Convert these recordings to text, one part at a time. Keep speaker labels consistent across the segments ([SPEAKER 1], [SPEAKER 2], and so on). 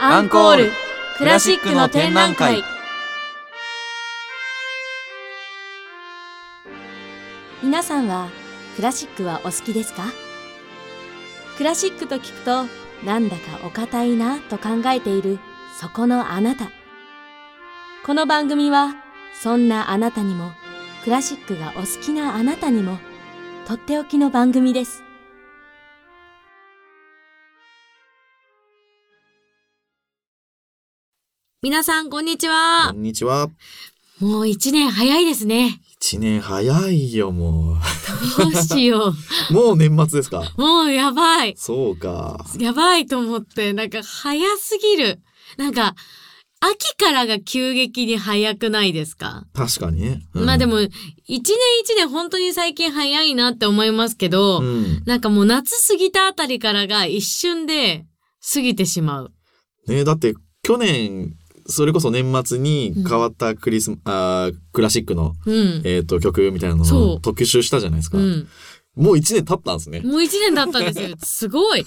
[SPEAKER 1] アンコールクラシックの展覧会皆さんはクラシックはお好きですかクラシックと聞くとなんだかお堅いなと考えているそこのあなたこの番組はそんなあなたにもクラシックがお好きなあなたにもとっておきの番組です皆さんこんにち
[SPEAKER 2] こ
[SPEAKER 1] は
[SPEAKER 2] んにちは。
[SPEAKER 1] もう一年早いですね
[SPEAKER 2] 一年早いよ、も
[SPEAKER 1] どうしよう
[SPEAKER 2] う。 もう年末ですか。
[SPEAKER 1] もうやばい。
[SPEAKER 2] そうか。
[SPEAKER 1] やばいと思って、なんか早すぎる。なんか、秋からが急激に早くないですか、
[SPEAKER 2] 確かにね。うん
[SPEAKER 1] まあで、も、一年一年本当に最近早いなって思いますけど、
[SPEAKER 2] うん。
[SPEAKER 1] なんかもう夏過ぎたあたりからが一瞬で過ぎてしまう。
[SPEAKER 2] ねだって、去年、それこそ年末に変わったクリス、あークラシックの、
[SPEAKER 1] うん。
[SPEAKER 2] えー、と曲みたいなの
[SPEAKER 1] そう
[SPEAKER 2] を特集したじゃないですか。
[SPEAKER 1] うん。
[SPEAKER 2] もう一年経ったんですね。
[SPEAKER 1] もう一年だったんです よ。すごい。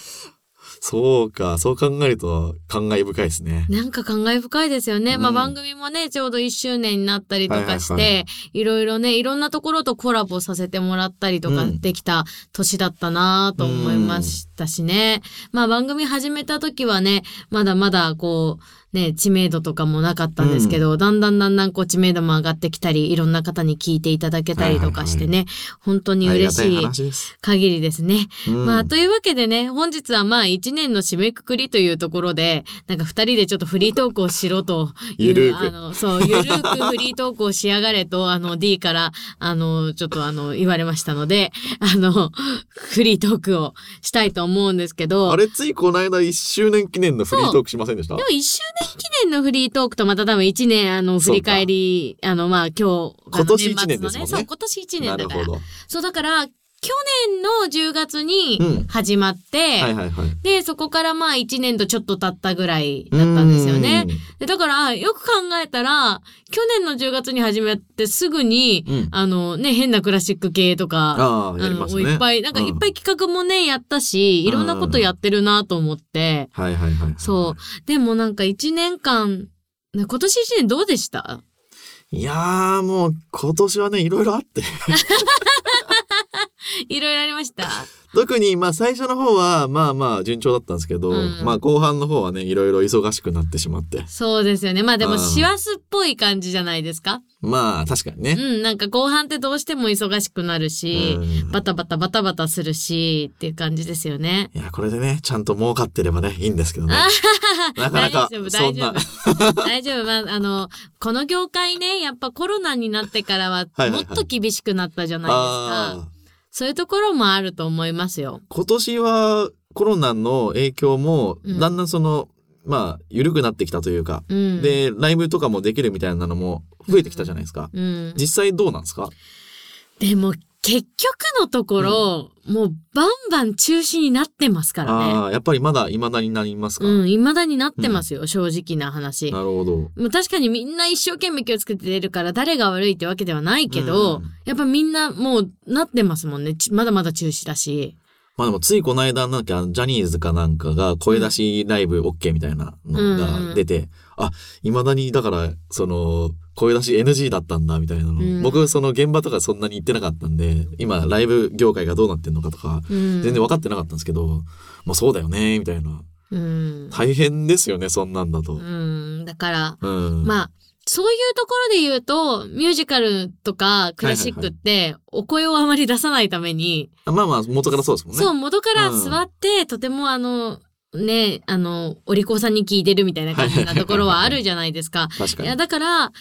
[SPEAKER 2] そうか。そう考えると、感慨深いですね。
[SPEAKER 1] なんか感慨深いですよね。まあ
[SPEAKER 2] うん
[SPEAKER 1] 番組もね、ちょうど1周年になったりとかして、
[SPEAKER 2] はいいはい
[SPEAKER 1] ろいろね、いろんなところとコラボさせてもらったりとか
[SPEAKER 2] うん
[SPEAKER 1] できた年だったなと思いましたしね。まあ番組始めた時はね、まだまだこう、ね、知名度とかもなかったんですけど、だんだんだんだんこう知名度も上がってきたり、いろんな方に聞いていただけたりとかしてね、
[SPEAKER 2] はい
[SPEAKER 1] 本当に
[SPEAKER 2] あり
[SPEAKER 1] 嬉
[SPEAKER 2] がたい
[SPEAKER 1] しい
[SPEAKER 2] 話です。
[SPEAKER 1] 限りですね。
[SPEAKER 2] うん
[SPEAKER 1] まあ、というわけでね、本日はまあ、一年の締めくくりというところで、なんか二人でちょっとフリートークをしろという、
[SPEAKER 2] ゆるーく
[SPEAKER 1] あの、そう、ゆるーくフリートークをしやがれと、あの、D から、あの、ちょっとあの、言われましたので、あの、フリートークをしたいと思うんですけど、
[SPEAKER 2] あれ、ついこの間、一周年記念のフリートークしませんでした
[SPEAKER 1] でも一周年記念のフリートークとまた多分一年、あの、振り返り、あの、まあ、今日、あの
[SPEAKER 2] 今年
[SPEAKER 1] 末の
[SPEAKER 2] 一年ですもんね
[SPEAKER 1] そう、今年一年
[SPEAKER 2] な
[SPEAKER 1] だ
[SPEAKER 2] る
[SPEAKER 1] から
[SPEAKER 2] ほ。ど。
[SPEAKER 1] そう、だから、去年の10月
[SPEAKER 2] うん
[SPEAKER 1] に始まって、
[SPEAKER 2] はいはいはい。
[SPEAKER 1] で、そこからまあ1年とちょっと経ったぐらいだったんですよね
[SPEAKER 2] う。ん。
[SPEAKER 1] でだから、よく考えたら、去年の10月に始めてすぐに、
[SPEAKER 2] うん
[SPEAKER 1] あのね、変なクラシック系とか、
[SPEAKER 2] ああ、やりましたね。
[SPEAKER 1] いっぱい、なんかいっぱい企画もね、やったし、いろんなことやってるなと思って、
[SPEAKER 2] はいはいはい。
[SPEAKER 1] そう。でもなんか1年間、ね今年1年どうでした
[SPEAKER 2] いやーもう今年はね、いろいろあって。
[SPEAKER 1] いろいろありました。
[SPEAKER 2] 特に、まあ最初の方は、まあまあ順調だったんですけど、
[SPEAKER 1] うん
[SPEAKER 2] まあ後半の方はね、いろいろ忙しくなってしまって。
[SPEAKER 1] そうですよね。まあで
[SPEAKER 2] う
[SPEAKER 1] も、
[SPEAKER 2] ん
[SPEAKER 1] 師走っぽい感じじゃないですか。
[SPEAKER 2] まあ確かに
[SPEAKER 1] う
[SPEAKER 2] ね。
[SPEAKER 1] ん、なんか後半ってどうしても忙しくなるし、
[SPEAKER 2] うん
[SPEAKER 1] バタバタバタバタするしっていう感じですよね。
[SPEAKER 2] いや、これでね、ちゃんと儲かってればね、いいんです けどね。なかなか
[SPEAKER 1] 大丈夫、
[SPEAKER 2] そ
[SPEAKER 1] 大
[SPEAKER 2] ん
[SPEAKER 1] 丈
[SPEAKER 2] な
[SPEAKER 1] 夫。大丈夫。まあ、あの、この業界ね、やっぱコロナになってからは、
[SPEAKER 2] はい
[SPEAKER 1] もっと厳しくなったじゃないですか。
[SPEAKER 2] あー
[SPEAKER 1] そういうところもあると思いますよ。
[SPEAKER 2] 今年はコロナの影響も、
[SPEAKER 1] うん
[SPEAKER 2] だんだんその、まあ、緩くなってきたというか、
[SPEAKER 1] うん。、
[SPEAKER 2] で、ライブとかもできるみたいなのも増えてきたじゃないですか。
[SPEAKER 1] うん、
[SPEAKER 2] 実際どうなんですか
[SPEAKER 1] でも、結局のところ、もうバンバン中止になってますから
[SPEAKER 2] あ
[SPEAKER 1] ね。
[SPEAKER 2] あー、やっぱりまだ未だになりますか、
[SPEAKER 1] うん、未だになってますよ、正直な話。
[SPEAKER 2] なるほど。
[SPEAKER 1] もう確かにみんな一生懸命気をつけてるから誰が悪いってわけではないけど、
[SPEAKER 2] うん
[SPEAKER 1] やっぱみんなもうなってますもんね。ちまだまだ中止だし。
[SPEAKER 2] まあでもついこの間なんかジャニーズかなんかが声出しライブ OK みたいなのが出て、あ、未だにだからその声出し NG だったんだみたいなの。
[SPEAKER 1] うん
[SPEAKER 2] 僕その現場とかそんなに行ってなかったんで、今ライブ業界がどうなってんのかとか、
[SPEAKER 1] うん、
[SPEAKER 2] 全然分かってなかったんですけど、まあそうだよね、みたいな。
[SPEAKER 1] うん。
[SPEAKER 2] 大変ですよね、そんなんだと
[SPEAKER 1] う。ん。だから、
[SPEAKER 2] うん。
[SPEAKER 1] ま
[SPEAKER 2] あ、
[SPEAKER 1] あ、そういうところで言うと、ミュージカルとかクラシックって、お声をあまり出さないために、
[SPEAKER 2] まあまあ元からそうですもんね。
[SPEAKER 1] そう、元から
[SPEAKER 2] うん
[SPEAKER 1] 座って、とてもあの、ね、あの、お利口さんに聞いてるみたいな感じなところはあるじゃないですか。
[SPEAKER 2] 確
[SPEAKER 1] い
[SPEAKER 2] かに。
[SPEAKER 1] や、
[SPEAKER 2] あ
[SPEAKER 1] だから、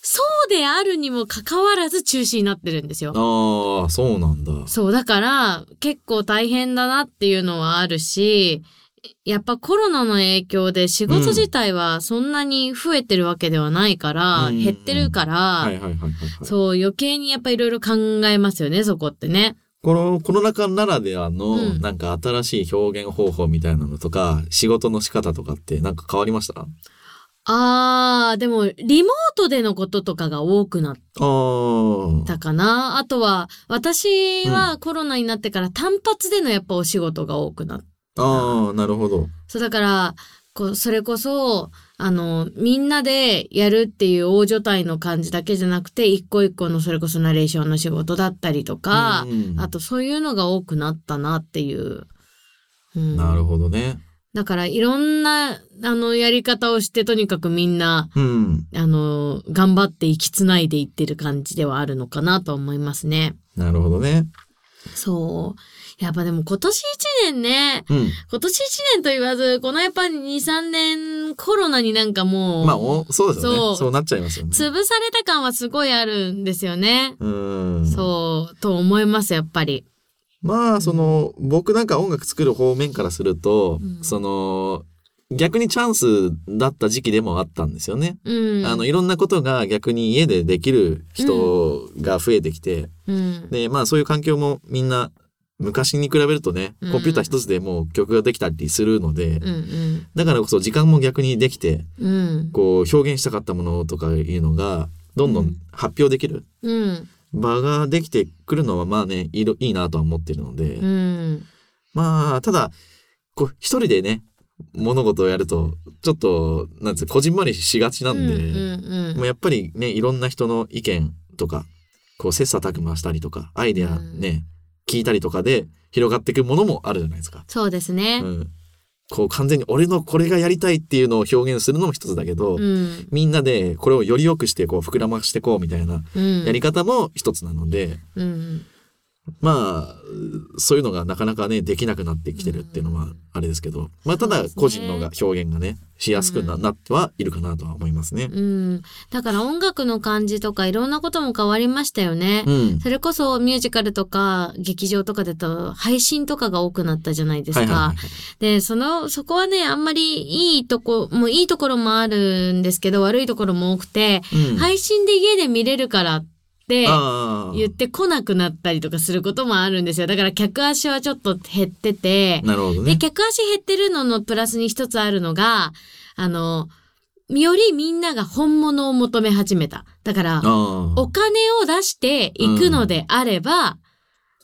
[SPEAKER 1] そうであるにもかかわらず中止になってるんですよ。
[SPEAKER 2] あー、そうなんだ。
[SPEAKER 1] そう、だから、結構大変だなっていうのはあるし、やっぱコロナの影響で仕事自体はそんなに増えてるわけではないから、
[SPEAKER 2] うん
[SPEAKER 1] 減ってるから、
[SPEAKER 2] はいはいはいはい、はい。
[SPEAKER 1] そう、余計にやっぱいろいろ考えますよね、そこってね。
[SPEAKER 2] この、コロナ禍ならではの、
[SPEAKER 1] うん
[SPEAKER 2] なんか新しい表現方法みたいなのとか、仕事の仕方とかってなんか変わりましたあ
[SPEAKER 1] あー、でも、リモートでのこととかが多くなっ
[SPEAKER 2] ー
[SPEAKER 1] たかな。あとは、私はコロナになってから単発でのやっぱお仕事が多くなった
[SPEAKER 2] あー、なるほど。
[SPEAKER 1] そうだから、こうそれこそあのみんなでやるっていう大所帯の感じだけじゃなくて一個一個のそれこそナレーションの仕事だったりとか、
[SPEAKER 2] うん
[SPEAKER 1] あとそういうのが多くなったなっていう。うん
[SPEAKER 2] なるほどね。
[SPEAKER 1] だからいろんなあのやり方をしてとにかくみんな
[SPEAKER 2] うん。
[SPEAKER 1] あの頑張って生きつないでいってる感じではあるのかなと思いますね。
[SPEAKER 2] なるほどね。
[SPEAKER 1] そう。やっぱでも今年1年ね、
[SPEAKER 2] うん。
[SPEAKER 1] 今年1年と言わず、このやっぱ2、3年コロナになんかもう、
[SPEAKER 2] まあ、おそうですよね。
[SPEAKER 1] そ
[SPEAKER 2] そううなっちゃいますよね。
[SPEAKER 1] 潰された感はすごいあるんですよね。
[SPEAKER 2] うん。
[SPEAKER 1] そう、と思います、やっぱり。
[SPEAKER 2] まあ、その、僕なんか音楽作る方面からすると、
[SPEAKER 1] うん
[SPEAKER 2] その、逆にチャンスだった時期でもあったんですよね。
[SPEAKER 1] うん。
[SPEAKER 2] あの、いろんなことが逆に家でできる人が増えてきて、
[SPEAKER 1] うん。
[SPEAKER 2] で、まあそういう環境もみんな昔に比べるとね、
[SPEAKER 1] うん
[SPEAKER 2] コンピューター一つでもう曲ができたりするので、
[SPEAKER 1] うん
[SPEAKER 2] だからこそ時間も逆にできて、
[SPEAKER 1] うん。うん。
[SPEAKER 2] こう表現したかったものとかいうのが、どんど
[SPEAKER 1] うん
[SPEAKER 2] ん発表できる
[SPEAKER 1] うん。
[SPEAKER 2] 場ができてくるのはまあね、いろいいなとは思ってるので、
[SPEAKER 1] うん。
[SPEAKER 2] まあ、ただ、こう一人でね、物事をやると、ちょっと、なんつう、こじんまりしがちなんで、
[SPEAKER 1] うん。
[SPEAKER 2] もうやっぱりね、いろんな人の意見とか、こう切磋琢磨したりとか、アイデアね、聞いたりとかで広がっていくものもあるじゃないですか。
[SPEAKER 1] そうですね
[SPEAKER 2] う。ん。こう完全に俺のこれがやりたいっていうのを表現するのも一つだけど、
[SPEAKER 1] うん。
[SPEAKER 2] みんなでこれをより良くしてこう膨らましてこうみたいな
[SPEAKER 1] うん。
[SPEAKER 2] やり方も一つなので、
[SPEAKER 1] うん。
[SPEAKER 2] まあ、そういうのがなかなかね、できなくなってきてるっていうのはあれですけど、まあ
[SPEAKER 1] そ
[SPEAKER 2] た
[SPEAKER 1] う
[SPEAKER 2] だ
[SPEAKER 1] ですね
[SPEAKER 2] 個人のが表現がね、しやすくな,、
[SPEAKER 1] うん
[SPEAKER 2] なってはいるかなとは思いますね。
[SPEAKER 1] うん。だから音楽の感じとかいろんなことも変わりましたよね。
[SPEAKER 2] うん。
[SPEAKER 1] それこそミュージカルとか劇場とかだと配信とかが多くなったじゃないですか。
[SPEAKER 2] はいはいはいはい
[SPEAKER 1] で、その、そこはね、あんまりいいとこ、もういいところもあるんですけど、悪いところも多くて、
[SPEAKER 2] うん
[SPEAKER 1] 配信で家で見れるからって
[SPEAKER 2] ああ
[SPEAKER 1] 言ってこなくなったりとかすることもあるんですよ。だから客足はちょっと減ってて、
[SPEAKER 2] なるほど
[SPEAKER 1] で、
[SPEAKER 2] ね。
[SPEAKER 1] 客足減ってるののプラスに一つあるのが、あの、よりみんなが本物を求め始めた。だから、
[SPEAKER 2] あ
[SPEAKER 1] お金を出していくのであれば、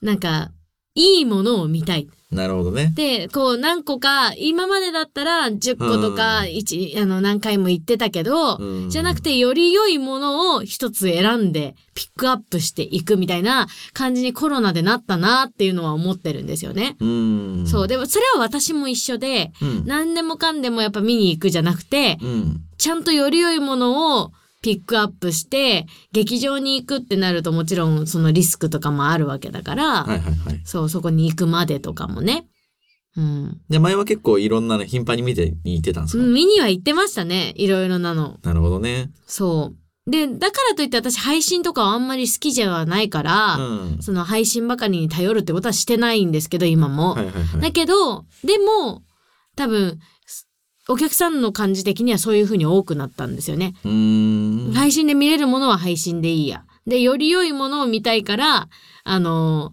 [SPEAKER 1] なんか、いいものを見たい。
[SPEAKER 2] あ、なるほどね。
[SPEAKER 1] で、こう何個か、今までだったら10個とか
[SPEAKER 2] うん
[SPEAKER 1] 1、あの、何回も言ってたけど、
[SPEAKER 2] うん
[SPEAKER 1] じゃなくてより良いものを一つ選んでピックアップしていくみたいな感じにコロナでなったなっていうのは思ってるんですよね。
[SPEAKER 2] うん。
[SPEAKER 1] そう。でもそれは私も一緒で、
[SPEAKER 2] うん。
[SPEAKER 1] 何でもかんでもやっぱ見に行くじゃなくて、
[SPEAKER 2] うん。
[SPEAKER 1] ちゃんとより良いものをピックアップして、劇場に行くってなるともちろんそのリスクとかもあるわけだから、
[SPEAKER 2] はいはいはい。
[SPEAKER 1] そう、そこに行くまでとかもね。うん。
[SPEAKER 2] で、前は結構いろんなね、頻繁に見て、行ってたんですか、
[SPEAKER 1] 見には行ってましたね。いろいろなの。
[SPEAKER 2] なるほどね。
[SPEAKER 1] そう。で、だからといって私配信とかはあんまり好きじゃないか
[SPEAKER 2] う
[SPEAKER 1] ら、
[SPEAKER 2] ん。
[SPEAKER 1] その配信ばかりに頼るってことはしてないんですけど、今も。
[SPEAKER 2] はいはいは
[SPEAKER 1] だ
[SPEAKER 2] い。
[SPEAKER 1] けど、でも、多分、お客さんの感じ的にはそういう風に多くなったんですよね。
[SPEAKER 2] うーん。
[SPEAKER 1] 配信で見れるものは配信でいいや。で、より良いものを見たいから、あの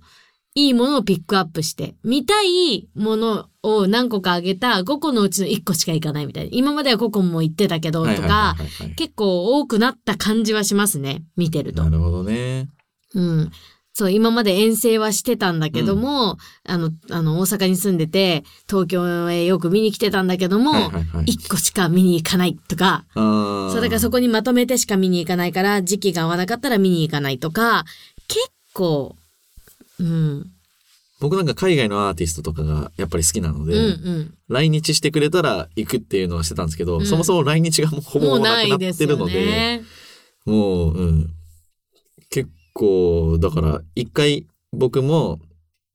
[SPEAKER 1] いいものをピックアップして、見たいものを何個かあげた5個のうちの1個しかいかないみたいな。今までは5個も行ってたけど、
[SPEAKER 2] はい
[SPEAKER 1] と
[SPEAKER 2] はいは
[SPEAKER 1] か
[SPEAKER 2] い、はい
[SPEAKER 1] 結構多くなった感じはしますね。見てると
[SPEAKER 2] な。るほどね。
[SPEAKER 1] うん。そう、今まで遠征はしてたんだけども、あの、あの、大阪に住んでて、東京へよく見に来てたんだけども、
[SPEAKER 2] はいはいはい。
[SPEAKER 1] 1個しか見に行かないとか、
[SPEAKER 2] ああ。
[SPEAKER 1] そうだからそこにまとめてしか見に行かないから時期が合わなかったら見に行かないとか結構、うん、
[SPEAKER 2] 僕なんか海外のアーティストとかがやっぱり好きなの
[SPEAKER 1] うん
[SPEAKER 2] で、
[SPEAKER 1] うん
[SPEAKER 2] 来日してくれたら行くっていうのはしてたんですけど、
[SPEAKER 1] うん
[SPEAKER 2] そもそも来日がもうほ
[SPEAKER 1] も
[SPEAKER 2] ぼ
[SPEAKER 1] う
[SPEAKER 2] な
[SPEAKER 1] な
[SPEAKER 2] くなっ
[SPEAKER 1] いです
[SPEAKER 2] てる
[SPEAKER 1] よ
[SPEAKER 2] ので、
[SPEAKER 1] ね
[SPEAKER 2] もう、うん。結構、だから、一回僕も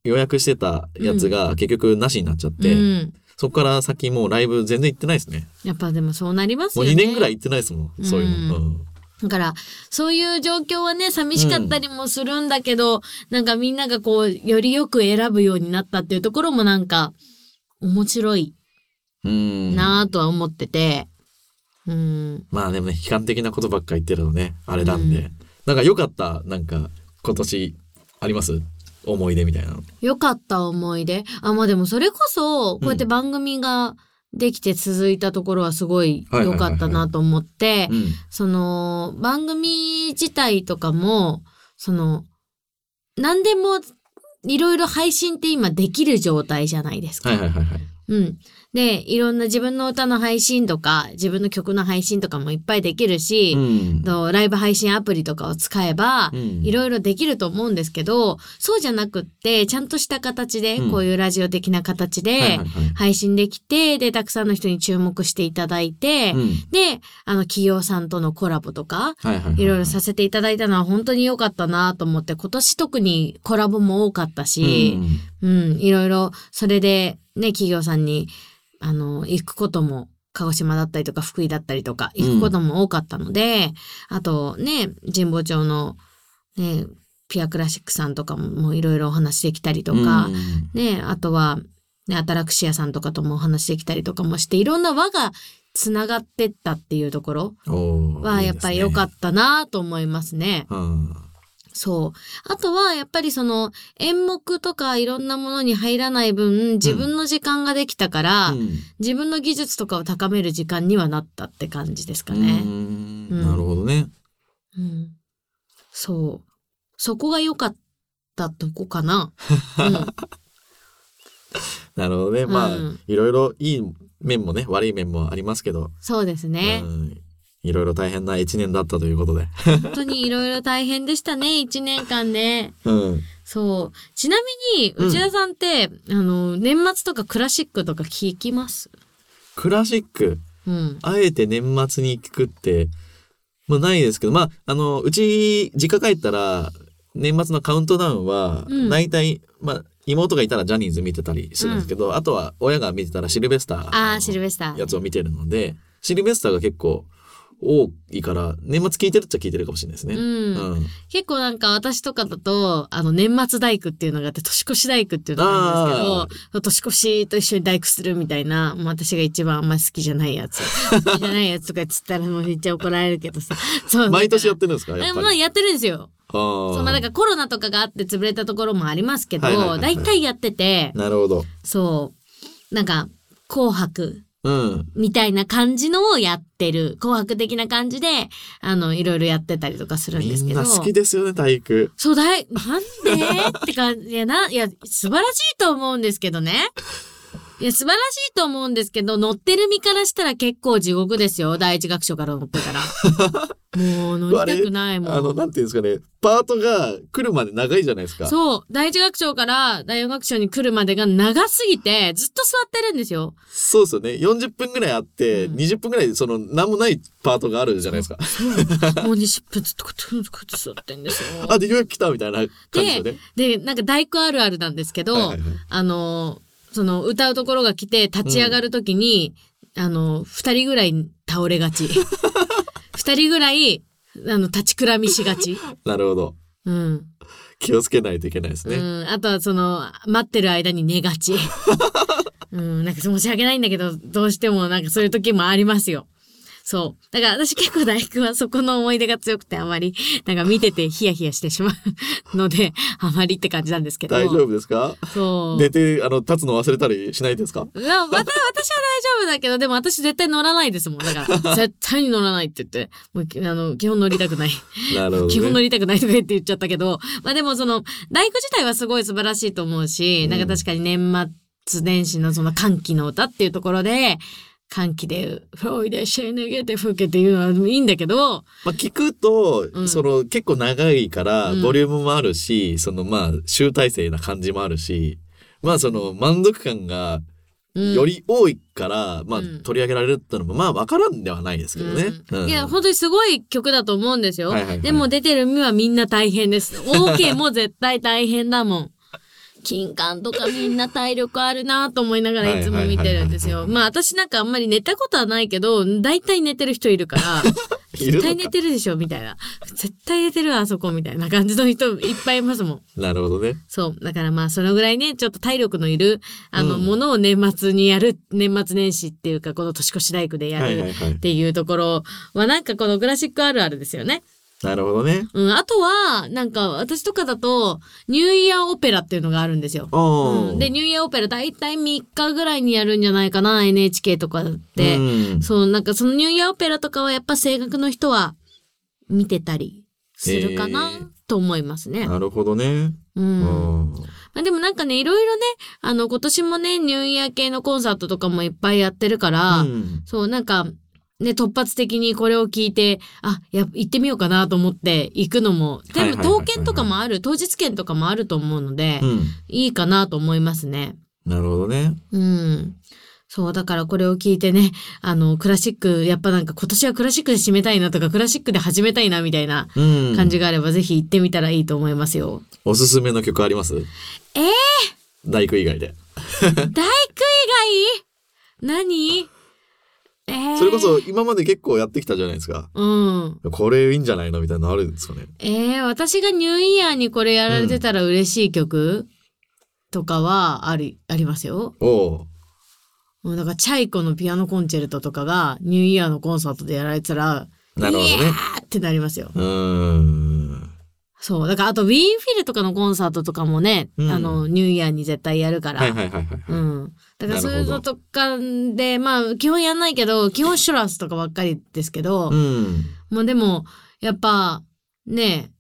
[SPEAKER 2] 予約してたやつが結局なしになっちゃって、
[SPEAKER 1] うん、
[SPEAKER 2] そこから先もうライブ全然行ってないですね。
[SPEAKER 1] やっぱでもそうなります
[SPEAKER 2] も
[SPEAKER 1] よ
[SPEAKER 2] う
[SPEAKER 1] ね
[SPEAKER 2] 2年ぐらい行ってないですもん、そういうの。
[SPEAKER 1] う
[SPEAKER 2] うん
[SPEAKER 1] だからそういう状況はね寂しかったりもするんだけど、なんかみんながこうよりよく選ぶようになったっていうところもなんか面白い
[SPEAKER 2] うん。
[SPEAKER 1] なぁとは思っててうん、
[SPEAKER 2] まあでもね、悲観的なことばっか言ってるのね、あれなんで。
[SPEAKER 1] う
[SPEAKER 2] なんか良かった、なんか今年あります思い出みたいなの。
[SPEAKER 1] 良かった思い出。あ、まあでもそれこそ、こうやって番組ができて続いたところはすごい
[SPEAKER 2] はいはい
[SPEAKER 1] 良
[SPEAKER 2] はい
[SPEAKER 1] か
[SPEAKER 2] はい
[SPEAKER 1] ったなと思って
[SPEAKER 2] う、ん。
[SPEAKER 1] その、番組自体とかも、その、何でもいろいろ配信って今できる状態じゃないですか。
[SPEAKER 2] はいはいはいはい。
[SPEAKER 1] うん。で、いろんな自分の歌の配信とか、自分の曲の配信とかもいっぱいできるし、
[SPEAKER 2] ん
[SPEAKER 1] とライブ配信アプリとかを使えば、
[SPEAKER 2] うん
[SPEAKER 1] いろいろできると思うんですけど、そうじゃなくって、ちゃんとした形で、
[SPEAKER 2] うん
[SPEAKER 1] こういうラジオ的な形
[SPEAKER 2] はいはい
[SPEAKER 1] で
[SPEAKER 2] はい
[SPEAKER 1] 配信できて、で、たくさんの人に注目していただいて、
[SPEAKER 2] うん
[SPEAKER 1] で、あの、企業さんとのコラボとか、
[SPEAKER 2] はいはいはい
[SPEAKER 1] いろいろさせていただいたのは本当に良かったなと思って、今年特にコラボも多かったし、
[SPEAKER 2] うん
[SPEAKER 1] うん、いろいろ、それでね、企業さんに、あの、行くことも、鹿児島だったりとか、福井だったりとか、
[SPEAKER 2] うん
[SPEAKER 1] 行くことも多かったので、あとね、神保町の、ね、ピアクラシックさんとかももういろいろお話できたりとか、
[SPEAKER 2] うん
[SPEAKER 1] ね、あとは、ね、アタラクシアさんとかともお話できたりとかもして、いろんな輪がつながってったっていうところ
[SPEAKER 2] おー
[SPEAKER 1] は、やっぱり良か
[SPEAKER 2] いいで
[SPEAKER 1] ったなと思いますね。
[SPEAKER 2] すねうん
[SPEAKER 1] そう。あとは、やっぱりその、演目とかいろんなものに入らない分、自分の時間ができたから、
[SPEAKER 2] うん
[SPEAKER 1] 自分の技術とかを高める時間にはなったって感じですか
[SPEAKER 2] うー
[SPEAKER 1] ね。
[SPEAKER 2] ん
[SPEAKER 1] うん
[SPEAKER 2] なるほどね。
[SPEAKER 1] うん。そう。そこが良かったとこか な。
[SPEAKER 2] なるほどね。まあ、
[SPEAKER 1] うん
[SPEAKER 2] いろいろいい面もね、悪い面もありますけど、
[SPEAKER 1] そうですね
[SPEAKER 2] う。ん、いろいろ大変な一年だったということ で。
[SPEAKER 1] 本当にいろいろ大変でしたね、一年間ね。
[SPEAKER 2] うん。
[SPEAKER 1] そう。ちなみに、
[SPEAKER 2] うん
[SPEAKER 1] 内田さんって、あの、年末とかクラシックとか聞きます
[SPEAKER 2] クラシック、
[SPEAKER 1] うん。
[SPEAKER 2] あえて年末に聞くって、まあないですけど、まあ、あの、うち、実家帰ったら、年末のカウントダウンは、
[SPEAKER 1] うん
[SPEAKER 2] 大体、まあ、妹がいたらジャニーズ見てたりするんですけど、あとは親が見てたらシルベスター。
[SPEAKER 1] ああ、シルベスター。
[SPEAKER 2] やつを見てるので、シルベスターが結構多いから、年末聞いてるっちゃ聞いてるかもしれないですね。
[SPEAKER 1] うん
[SPEAKER 2] うん
[SPEAKER 1] 結構なんか私とかだと、あの、年末大工っていうのがあって、年越し大工っていうのがあるんですけど、年越しと一緒に大工するみたいな、もう私が一番あんまり好きじゃないやつ。好きじゃないやつとかつったらもうめっちゃ怒られるけどさ。 そう。
[SPEAKER 2] 毎年やって
[SPEAKER 1] る
[SPEAKER 2] るんですかやっぱ
[SPEAKER 1] まあ
[SPEAKER 2] り。
[SPEAKER 1] やってるんですよ。
[SPEAKER 2] あー
[SPEAKER 1] そう、まあなんかコロナとかがあって潰れたところもありますけ
[SPEAKER 2] はいはいはいは
[SPEAKER 1] ど、
[SPEAKER 2] い
[SPEAKER 1] 大体やってて、
[SPEAKER 2] なるほど。
[SPEAKER 1] そう、なんか、紅白
[SPEAKER 2] うん。
[SPEAKER 1] みたいな感じのをやってる。紅白的な感じで、あの、いろいろやってたりとかするんです
[SPEAKER 2] み
[SPEAKER 1] け
[SPEAKER 2] ん
[SPEAKER 1] ど。
[SPEAKER 2] な好きですよね、体育。
[SPEAKER 1] そうだい、なんでって感じ。いや、な、いや、素晴らしいと思うんですけどね。いや、素晴らしいと思うんですけど、乗ってる身からしたら結構地獄ですよ。第一楽章から乗ってたら。 もう乗りたくないも
[SPEAKER 2] あの、
[SPEAKER 1] ん。
[SPEAKER 2] なんていうんですかね、パートが来るまで長いじゃないですか。
[SPEAKER 1] そう。第一楽章から第四楽章に来るまでが長すぎて、ずっと座ってるんです よ。
[SPEAKER 2] そうですよね。40分ぐらいあって、
[SPEAKER 1] うん
[SPEAKER 2] 20分ぐらい、その、なんもないパートがあるじゃないですか。
[SPEAKER 1] もう20分ずっとこうやってこうやって座ってんですよ。
[SPEAKER 2] あ、で、ようやく来たみたいな感じでね。
[SPEAKER 1] で、なんか大工あるあるなんですけど、
[SPEAKER 2] はいはいはい
[SPEAKER 1] あの、その歌うところが来て立ち上がるときに、あの、二人ぐらい倒れが ち。二人ぐらい、あの、立ちくらみしがち。
[SPEAKER 2] なるほど。
[SPEAKER 1] うん。
[SPEAKER 2] 気をつけないといけないですね。
[SPEAKER 1] うん。あとはその、待ってる間に寝が ち。うん。なんか申し訳ないんだけど、どうしてもなんかそういう時もありますよ。そう。だから私結構大工はそこの思い出が強くてあまり、なんか見ててヒヤヒヤしてしまうので、あまりって感じなんですけど。
[SPEAKER 2] 大丈夫ですか
[SPEAKER 1] そう。
[SPEAKER 2] 寝て、あの、立つの忘れたりしないですか
[SPEAKER 1] いや、わた、私は大丈夫だけど、でも私絶対乗らないですもん。だか ら、絶対に乗らないって言って、もうき、あの、基本乗りたくない。
[SPEAKER 2] なるほど、ね。
[SPEAKER 1] 基本乗りたくないとか言って言っちゃったけど、まあでもその、大工自体はすごい素晴らしいと思うし、
[SPEAKER 2] うん
[SPEAKER 1] なんか確かに年末年始のその歓喜の歌っていうところで、歓喜で、フロイデシェネゲテフケっていうのはいいんだけど、
[SPEAKER 2] まあ、聞くと、
[SPEAKER 1] うん
[SPEAKER 2] その結構長いから
[SPEAKER 1] うん
[SPEAKER 2] ボリュームもあるし、そのまあ集大成な感じもあるしまあその満足感が
[SPEAKER 1] うん
[SPEAKER 2] より多いから、まあ
[SPEAKER 1] うん
[SPEAKER 2] 取り上げられるってのもまあ分からんではないですけどね。
[SPEAKER 1] うん
[SPEAKER 2] うん
[SPEAKER 1] いや、本当にすごい曲だと思うんですよ。
[SPEAKER 2] はいはいはい
[SPEAKER 1] でも出てる身はみんな大変です。OK も絶対大変だもん。金管とかみんな体力あるなと思いながらいつも見てるんです
[SPEAKER 2] はいはいはいは
[SPEAKER 1] よ。
[SPEAKER 2] い
[SPEAKER 1] まあ私なんかあんまり寝たことはないけど、大体寝てる人いるから、
[SPEAKER 2] いる
[SPEAKER 1] 絶
[SPEAKER 2] のか
[SPEAKER 1] 対寝てるでしょみたいな。絶対寝てるわ、あそこみたいな感じの人いっぱいいますもん。
[SPEAKER 2] なるほどね。
[SPEAKER 1] そう。だからまあ、そのぐらいね、ちょっと体力のいる、あの、
[SPEAKER 2] うん
[SPEAKER 1] ものを年末にやる、年末年始っていうか、この年越し大工でや
[SPEAKER 2] はいは
[SPEAKER 1] る
[SPEAKER 2] いはい
[SPEAKER 1] っていうところは、なんかこのクラシックあるあるですよね。
[SPEAKER 2] なるほどね。
[SPEAKER 1] うん。あとは、なんか私とかだと、ニューイヤーオペラっていうのがあるんですよ。
[SPEAKER 2] おー
[SPEAKER 1] うん、で、ニューイヤーオペラ大体3日ぐらいにやるんじゃないかな、NHK とかって。
[SPEAKER 2] うん
[SPEAKER 1] そう、なんかそのニューイヤーオペラとかはやっぱ声楽の人は見てたりするかな、
[SPEAKER 2] えー
[SPEAKER 1] と思いますね。
[SPEAKER 2] なるほどね。
[SPEAKER 1] う。
[SPEAKER 2] うんん。
[SPEAKER 1] まあ、でもなんかね、いろいろね、あの、今年もね、ニューイヤー系のコンサートとかもいっぱいやってるから、
[SPEAKER 2] うん
[SPEAKER 1] そう、なんか、ね、突発的にこれを聞いて、あ、や、行ってみようかなと思って行くのも、
[SPEAKER 2] はい
[SPEAKER 1] で
[SPEAKER 2] はい
[SPEAKER 1] も、
[SPEAKER 2] はいはい
[SPEAKER 1] 当券とかもある、当日券とかもあると思うので、
[SPEAKER 2] うん。
[SPEAKER 1] いいかなと思いますね。
[SPEAKER 2] なるほどね。
[SPEAKER 1] うん。そう、だからこれを聞いてね、あの、クラシック、やっぱなんか今年はクラシックで締めたいなとか、クラシックで始めたいなみたいな
[SPEAKER 2] うん。
[SPEAKER 1] 感じがあれば、ぜひ行ってみたらいいと思いますよ。
[SPEAKER 2] おすすめの曲あります
[SPEAKER 1] えー
[SPEAKER 2] 大工以外で。
[SPEAKER 1] 大工以外何えー、
[SPEAKER 2] それこそ今まで結構やってきたじゃないですか。
[SPEAKER 1] うん。
[SPEAKER 2] これいいんじゃないのみたいなのあるんですよね。
[SPEAKER 1] えー、私がニューイヤーにこれやられてたら嬉しい曲とかはあり、ありますよ。
[SPEAKER 2] おう
[SPEAKER 1] もうなんか、チャイコのピアノコンチェルトとかが、ニューイヤーのコンサートでやられてたら、
[SPEAKER 2] なるほどね
[SPEAKER 1] イエーってなりますよ。
[SPEAKER 2] うーん。
[SPEAKER 1] そう。だから、あと、ウィーンフィルとかのコンサートとかもね、
[SPEAKER 2] うん
[SPEAKER 1] あの、ニューイヤーに絶対やるから。
[SPEAKER 2] はいはいはいはい。
[SPEAKER 1] うん。だから、
[SPEAKER 2] なるほ
[SPEAKER 1] そ
[SPEAKER 2] ど
[SPEAKER 1] ういうのとかで、まあ、基本やんないけど、基本シュラスとかばっかりですけど、
[SPEAKER 2] うん。
[SPEAKER 1] まあでも、やっぱ、ね、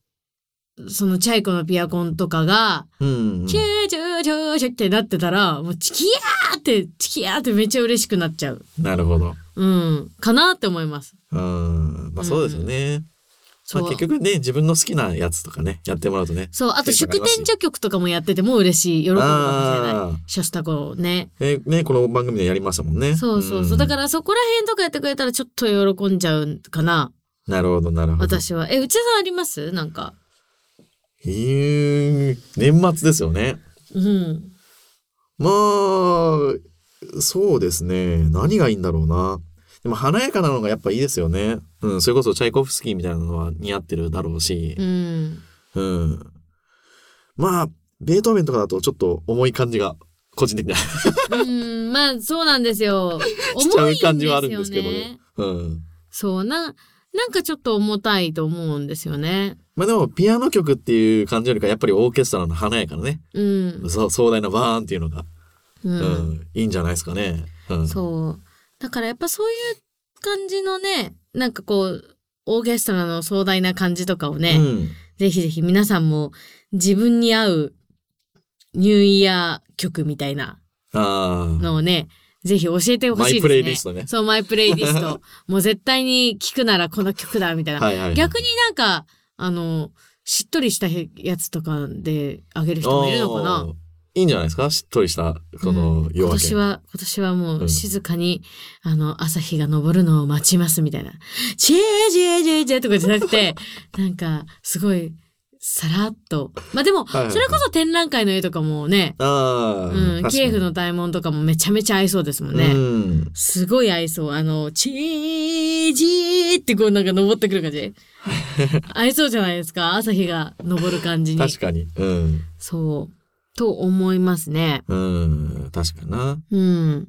[SPEAKER 1] そのチャイコのピアコンとかが、
[SPEAKER 2] うん。
[SPEAKER 1] チューチューチューチューってなってたら、もうチキヤーって、チキヤーってめっちゃ嬉しくなっちゃう。
[SPEAKER 2] なるほど。
[SPEAKER 1] うん。かなって思います。
[SPEAKER 2] うん。まあそうですよね。
[SPEAKER 1] そ
[SPEAKER 2] まあ
[SPEAKER 1] う
[SPEAKER 2] 結。局ね、自分の好きなやつとかね、やってもらうとね。
[SPEAKER 1] そう。あと、祝典序曲とかもやってても嬉しい。喜ぶかもしれ
[SPEAKER 2] あ
[SPEAKER 1] ない。ショスタコね。
[SPEAKER 2] えね、この番組でやりましたもんね。。
[SPEAKER 1] そうそうそう。だかららそこら辺とかやってくれたらちょっと喜んじゃうかな。
[SPEAKER 2] なるほど、なるほど。
[SPEAKER 1] 私は。え、内田さんありますなんか。
[SPEAKER 2] えー年末ですよね。
[SPEAKER 1] うん。
[SPEAKER 2] まあ、そうですね。何がいいんだろうな。でも華やかなのがやっぱいいですよね。うん、それこそチャイコフスキーみたいなのは似合ってるだろうし
[SPEAKER 1] う。ん。
[SPEAKER 2] うん。まあ、ベートーベンとかだとちょっと重い感じが、個人 的には
[SPEAKER 1] うん。まあ、そうなんですよ。
[SPEAKER 2] しちゃう感じはあるんですけど
[SPEAKER 1] 重いんですよ
[SPEAKER 2] ね。うん。
[SPEAKER 1] そうな、なんかちょっと重たいと思うんですよね。
[SPEAKER 2] まあでも、ピアノ曲っていう感じよりか、やっぱりオーケストラの華やかなね、
[SPEAKER 1] うん。
[SPEAKER 2] そう壮大なバーンっていうのが、
[SPEAKER 1] う。
[SPEAKER 2] うんん、いいんじゃないですかね。うん。
[SPEAKER 1] そう。だからやっぱそういう感じのね、なんかこう、オーケストラの壮大な感じとかをね、
[SPEAKER 2] うん
[SPEAKER 1] ぜひぜひ皆さんも自分に合うニューイヤー曲みたいな
[SPEAKER 2] ああ。
[SPEAKER 1] のをね、ぜひ教えてほしいですね。
[SPEAKER 2] マイプレイリストね
[SPEAKER 1] そう、マイプレイリス ト。もう絶対に聴くならこの曲だ、みたいな。
[SPEAKER 2] はいはいはい。
[SPEAKER 1] 逆になんか、あの、しっとりしたやつとかであげる人もいるのか
[SPEAKER 2] あー
[SPEAKER 1] な。
[SPEAKER 2] いいんじゃないですかしっとりした、この
[SPEAKER 1] うん今
[SPEAKER 2] 夜明
[SPEAKER 1] 年
[SPEAKER 2] け。
[SPEAKER 1] は、今年はも
[SPEAKER 2] う
[SPEAKER 1] うん静かに、あの、朝日が昇るのを待ちますみたいな。チェーチェーチェーチェーとかじゃなく て、なんか、すごい、さらっと。まあでも、
[SPEAKER 2] はいはいはい
[SPEAKER 1] それこそ展覧会の絵とかもね、
[SPEAKER 2] ああ、
[SPEAKER 1] うん、キエフ
[SPEAKER 2] の
[SPEAKER 1] の大門とかもめちゃめちゃ合いそうですもんね。
[SPEAKER 2] うん。
[SPEAKER 1] すごい合いそう。あの、チージーってこうなんか登ってくる感 じ。合いそうじゃないですか。朝日が昇る感じに。
[SPEAKER 2] 確かに。うん。
[SPEAKER 1] そう。と思いますね。
[SPEAKER 2] うん。確かにな。
[SPEAKER 1] うん。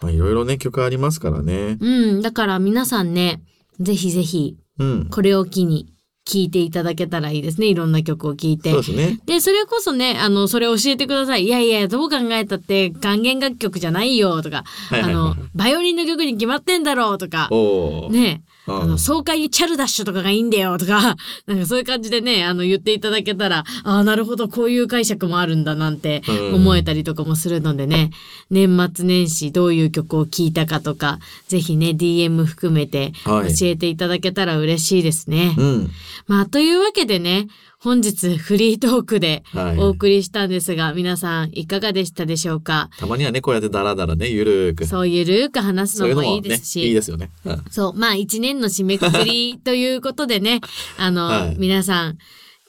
[SPEAKER 2] まあ、いろいろね、曲ありますからね。
[SPEAKER 1] うん。だから皆さんね、ぜひぜひ、
[SPEAKER 2] うん。
[SPEAKER 1] これを機に聴いていただけたらいいですね。いろんな曲を聴いて
[SPEAKER 2] そう。ですね。
[SPEAKER 1] で、それこそね、あの、それ教えてください。いやいや、どう考えたって、還元楽曲じゃないよ、とか、
[SPEAKER 2] いはいはいはい
[SPEAKER 1] あの、バイオリンの曲に決まってんだろう、とか、
[SPEAKER 2] おお。
[SPEAKER 1] ね
[SPEAKER 2] うん
[SPEAKER 1] あの、爽快にチャルダッシュとかがいいんだよとか、 なんかそういう感じでね、あの、言っていただけたら、ああ、なるほど、こういう解釈もあるんだなんて
[SPEAKER 2] うん
[SPEAKER 1] 思えたりとかもするのでね、年末年始どういう曲を聴いたかとか、ぜひね、DM 含めて教
[SPEAKER 2] はい
[SPEAKER 1] えていただけたら嬉しいですね。
[SPEAKER 2] うん。
[SPEAKER 1] まあ、というわけでね、本日フリートークで
[SPEAKER 2] はい
[SPEAKER 1] お送りしたんですが、皆さんいかがでしたでしょうか
[SPEAKER 2] たまにはね、こうやってダラダラね、ゆるーく。
[SPEAKER 1] そうゆるーく話す
[SPEAKER 2] そうい
[SPEAKER 1] の
[SPEAKER 2] うの
[SPEAKER 1] もい
[SPEAKER 2] も
[SPEAKER 1] い
[SPEAKER 2] ね、
[SPEAKER 1] ですし、
[SPEAKER 2] いいですよね。うん
[SPEAKER 1] そう、まあ一年の締めくくりということで ね、あの、
[SPEAKER 2] はい
[SPEAKER 1] 皆さん、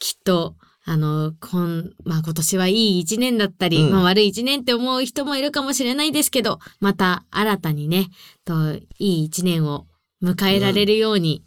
[SPEAKER 1] きっと、あの、こん、まあ今年はいい一年だったり、
[SPEAKER 2] うん
[SPEAKER 1] まあ悪い一年って思う人もいるかもしれないですけど、また新たにね、と、いい一年を迎えられるように、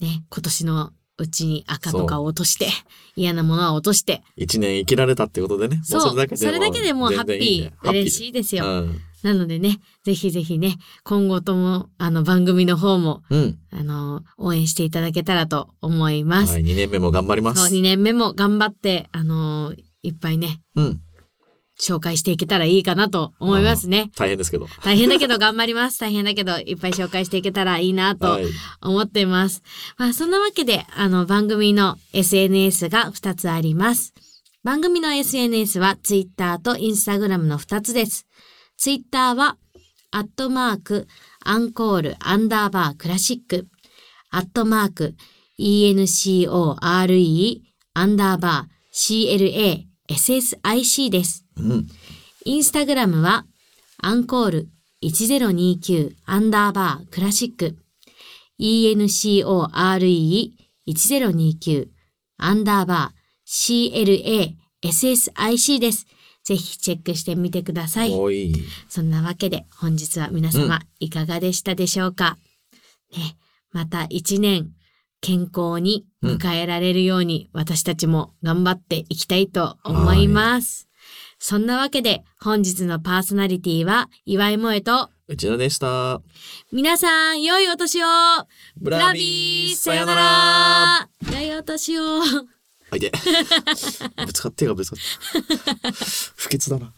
[SPEAKER 1] ね、今年のうちに赤とかを落として、嫌なものは落として、
[SPEAKER 2] 一年生きられたってことでね。もう
[SPEAKER 1] そう、それだけでもうハ
[SPEAKER 2] 全
[SPEAKER 1] ッ
[SPEAKER 2] 然いいん
[SPEAKER 1] ピ
[SPEAKER 2] で
[SPEAKER 1] ー、嬉し
[SPEAKER 2] い
[SPEAKER 1] いですよ。
[SPEAKER 2] うん。
[SPEAKER 1] なのでね、ぜひぜひね、今後とも、あの番組の方も、
[SPEAKER 2] うん。
[SPEAKER 1] あの、応援していただけたらと思います。
[SPEAKER 2] はい、二年目も頑張りま
[SPEAKER 1] そう
[SPEAKER 2] す
[SPEAKER 1] 2。年目も頑張って、あの、いっぱいね、
[SPEAKER 2] うん。
[SPEAKER 1] 紹介していけたらいいかなと思いますね。
[SPEAKER 2] 大変ですけど。
[SPEAKER 1] 大変だけど頑張ります。大変だけどいっぱい紹介していけたらいいなと
[SPEAKER 2] はい。
[SPEAKER 1] 思っています。まあそんなわけで、あの番組の SNS が2つあります。番組の SNS は Twitter と Instagram の2つです。Twitter は、アットマーク、アンコール、アンダーバー、クラシック、アットマーク、ENCORE、アンダーバー、CLA、SSIC です。
[SPEAKER 2] うん。
[SPEAKER 1] インスタグラムは、アンコール1029アンダーバークラシック、ENCORE1029 アンダーバー CLASSIC です。ぜひチェックしてみてください。
[SPEAKER 2] おい。
[SPEAKER 1] そんなわけで本日は皆
[SPEAKER 2] うん
[SPEAKER 1] 様いかがでしたでしょうか、ね、また一年健康に迎えられるように私たちも頑張っていきたいと思います。そんなわけで本日のパーソナリティは岩井萌と
[SPEAKER 2] 内田でした。
[SPEAKER 1] 皆さん良いお年を
[SPEAKER 2] ブ
[SPEAKER 1] ラビーさよなら良いお年を
[SPEAKER 2] あ いて。ぶつかって手がぶつかった。不潔だな。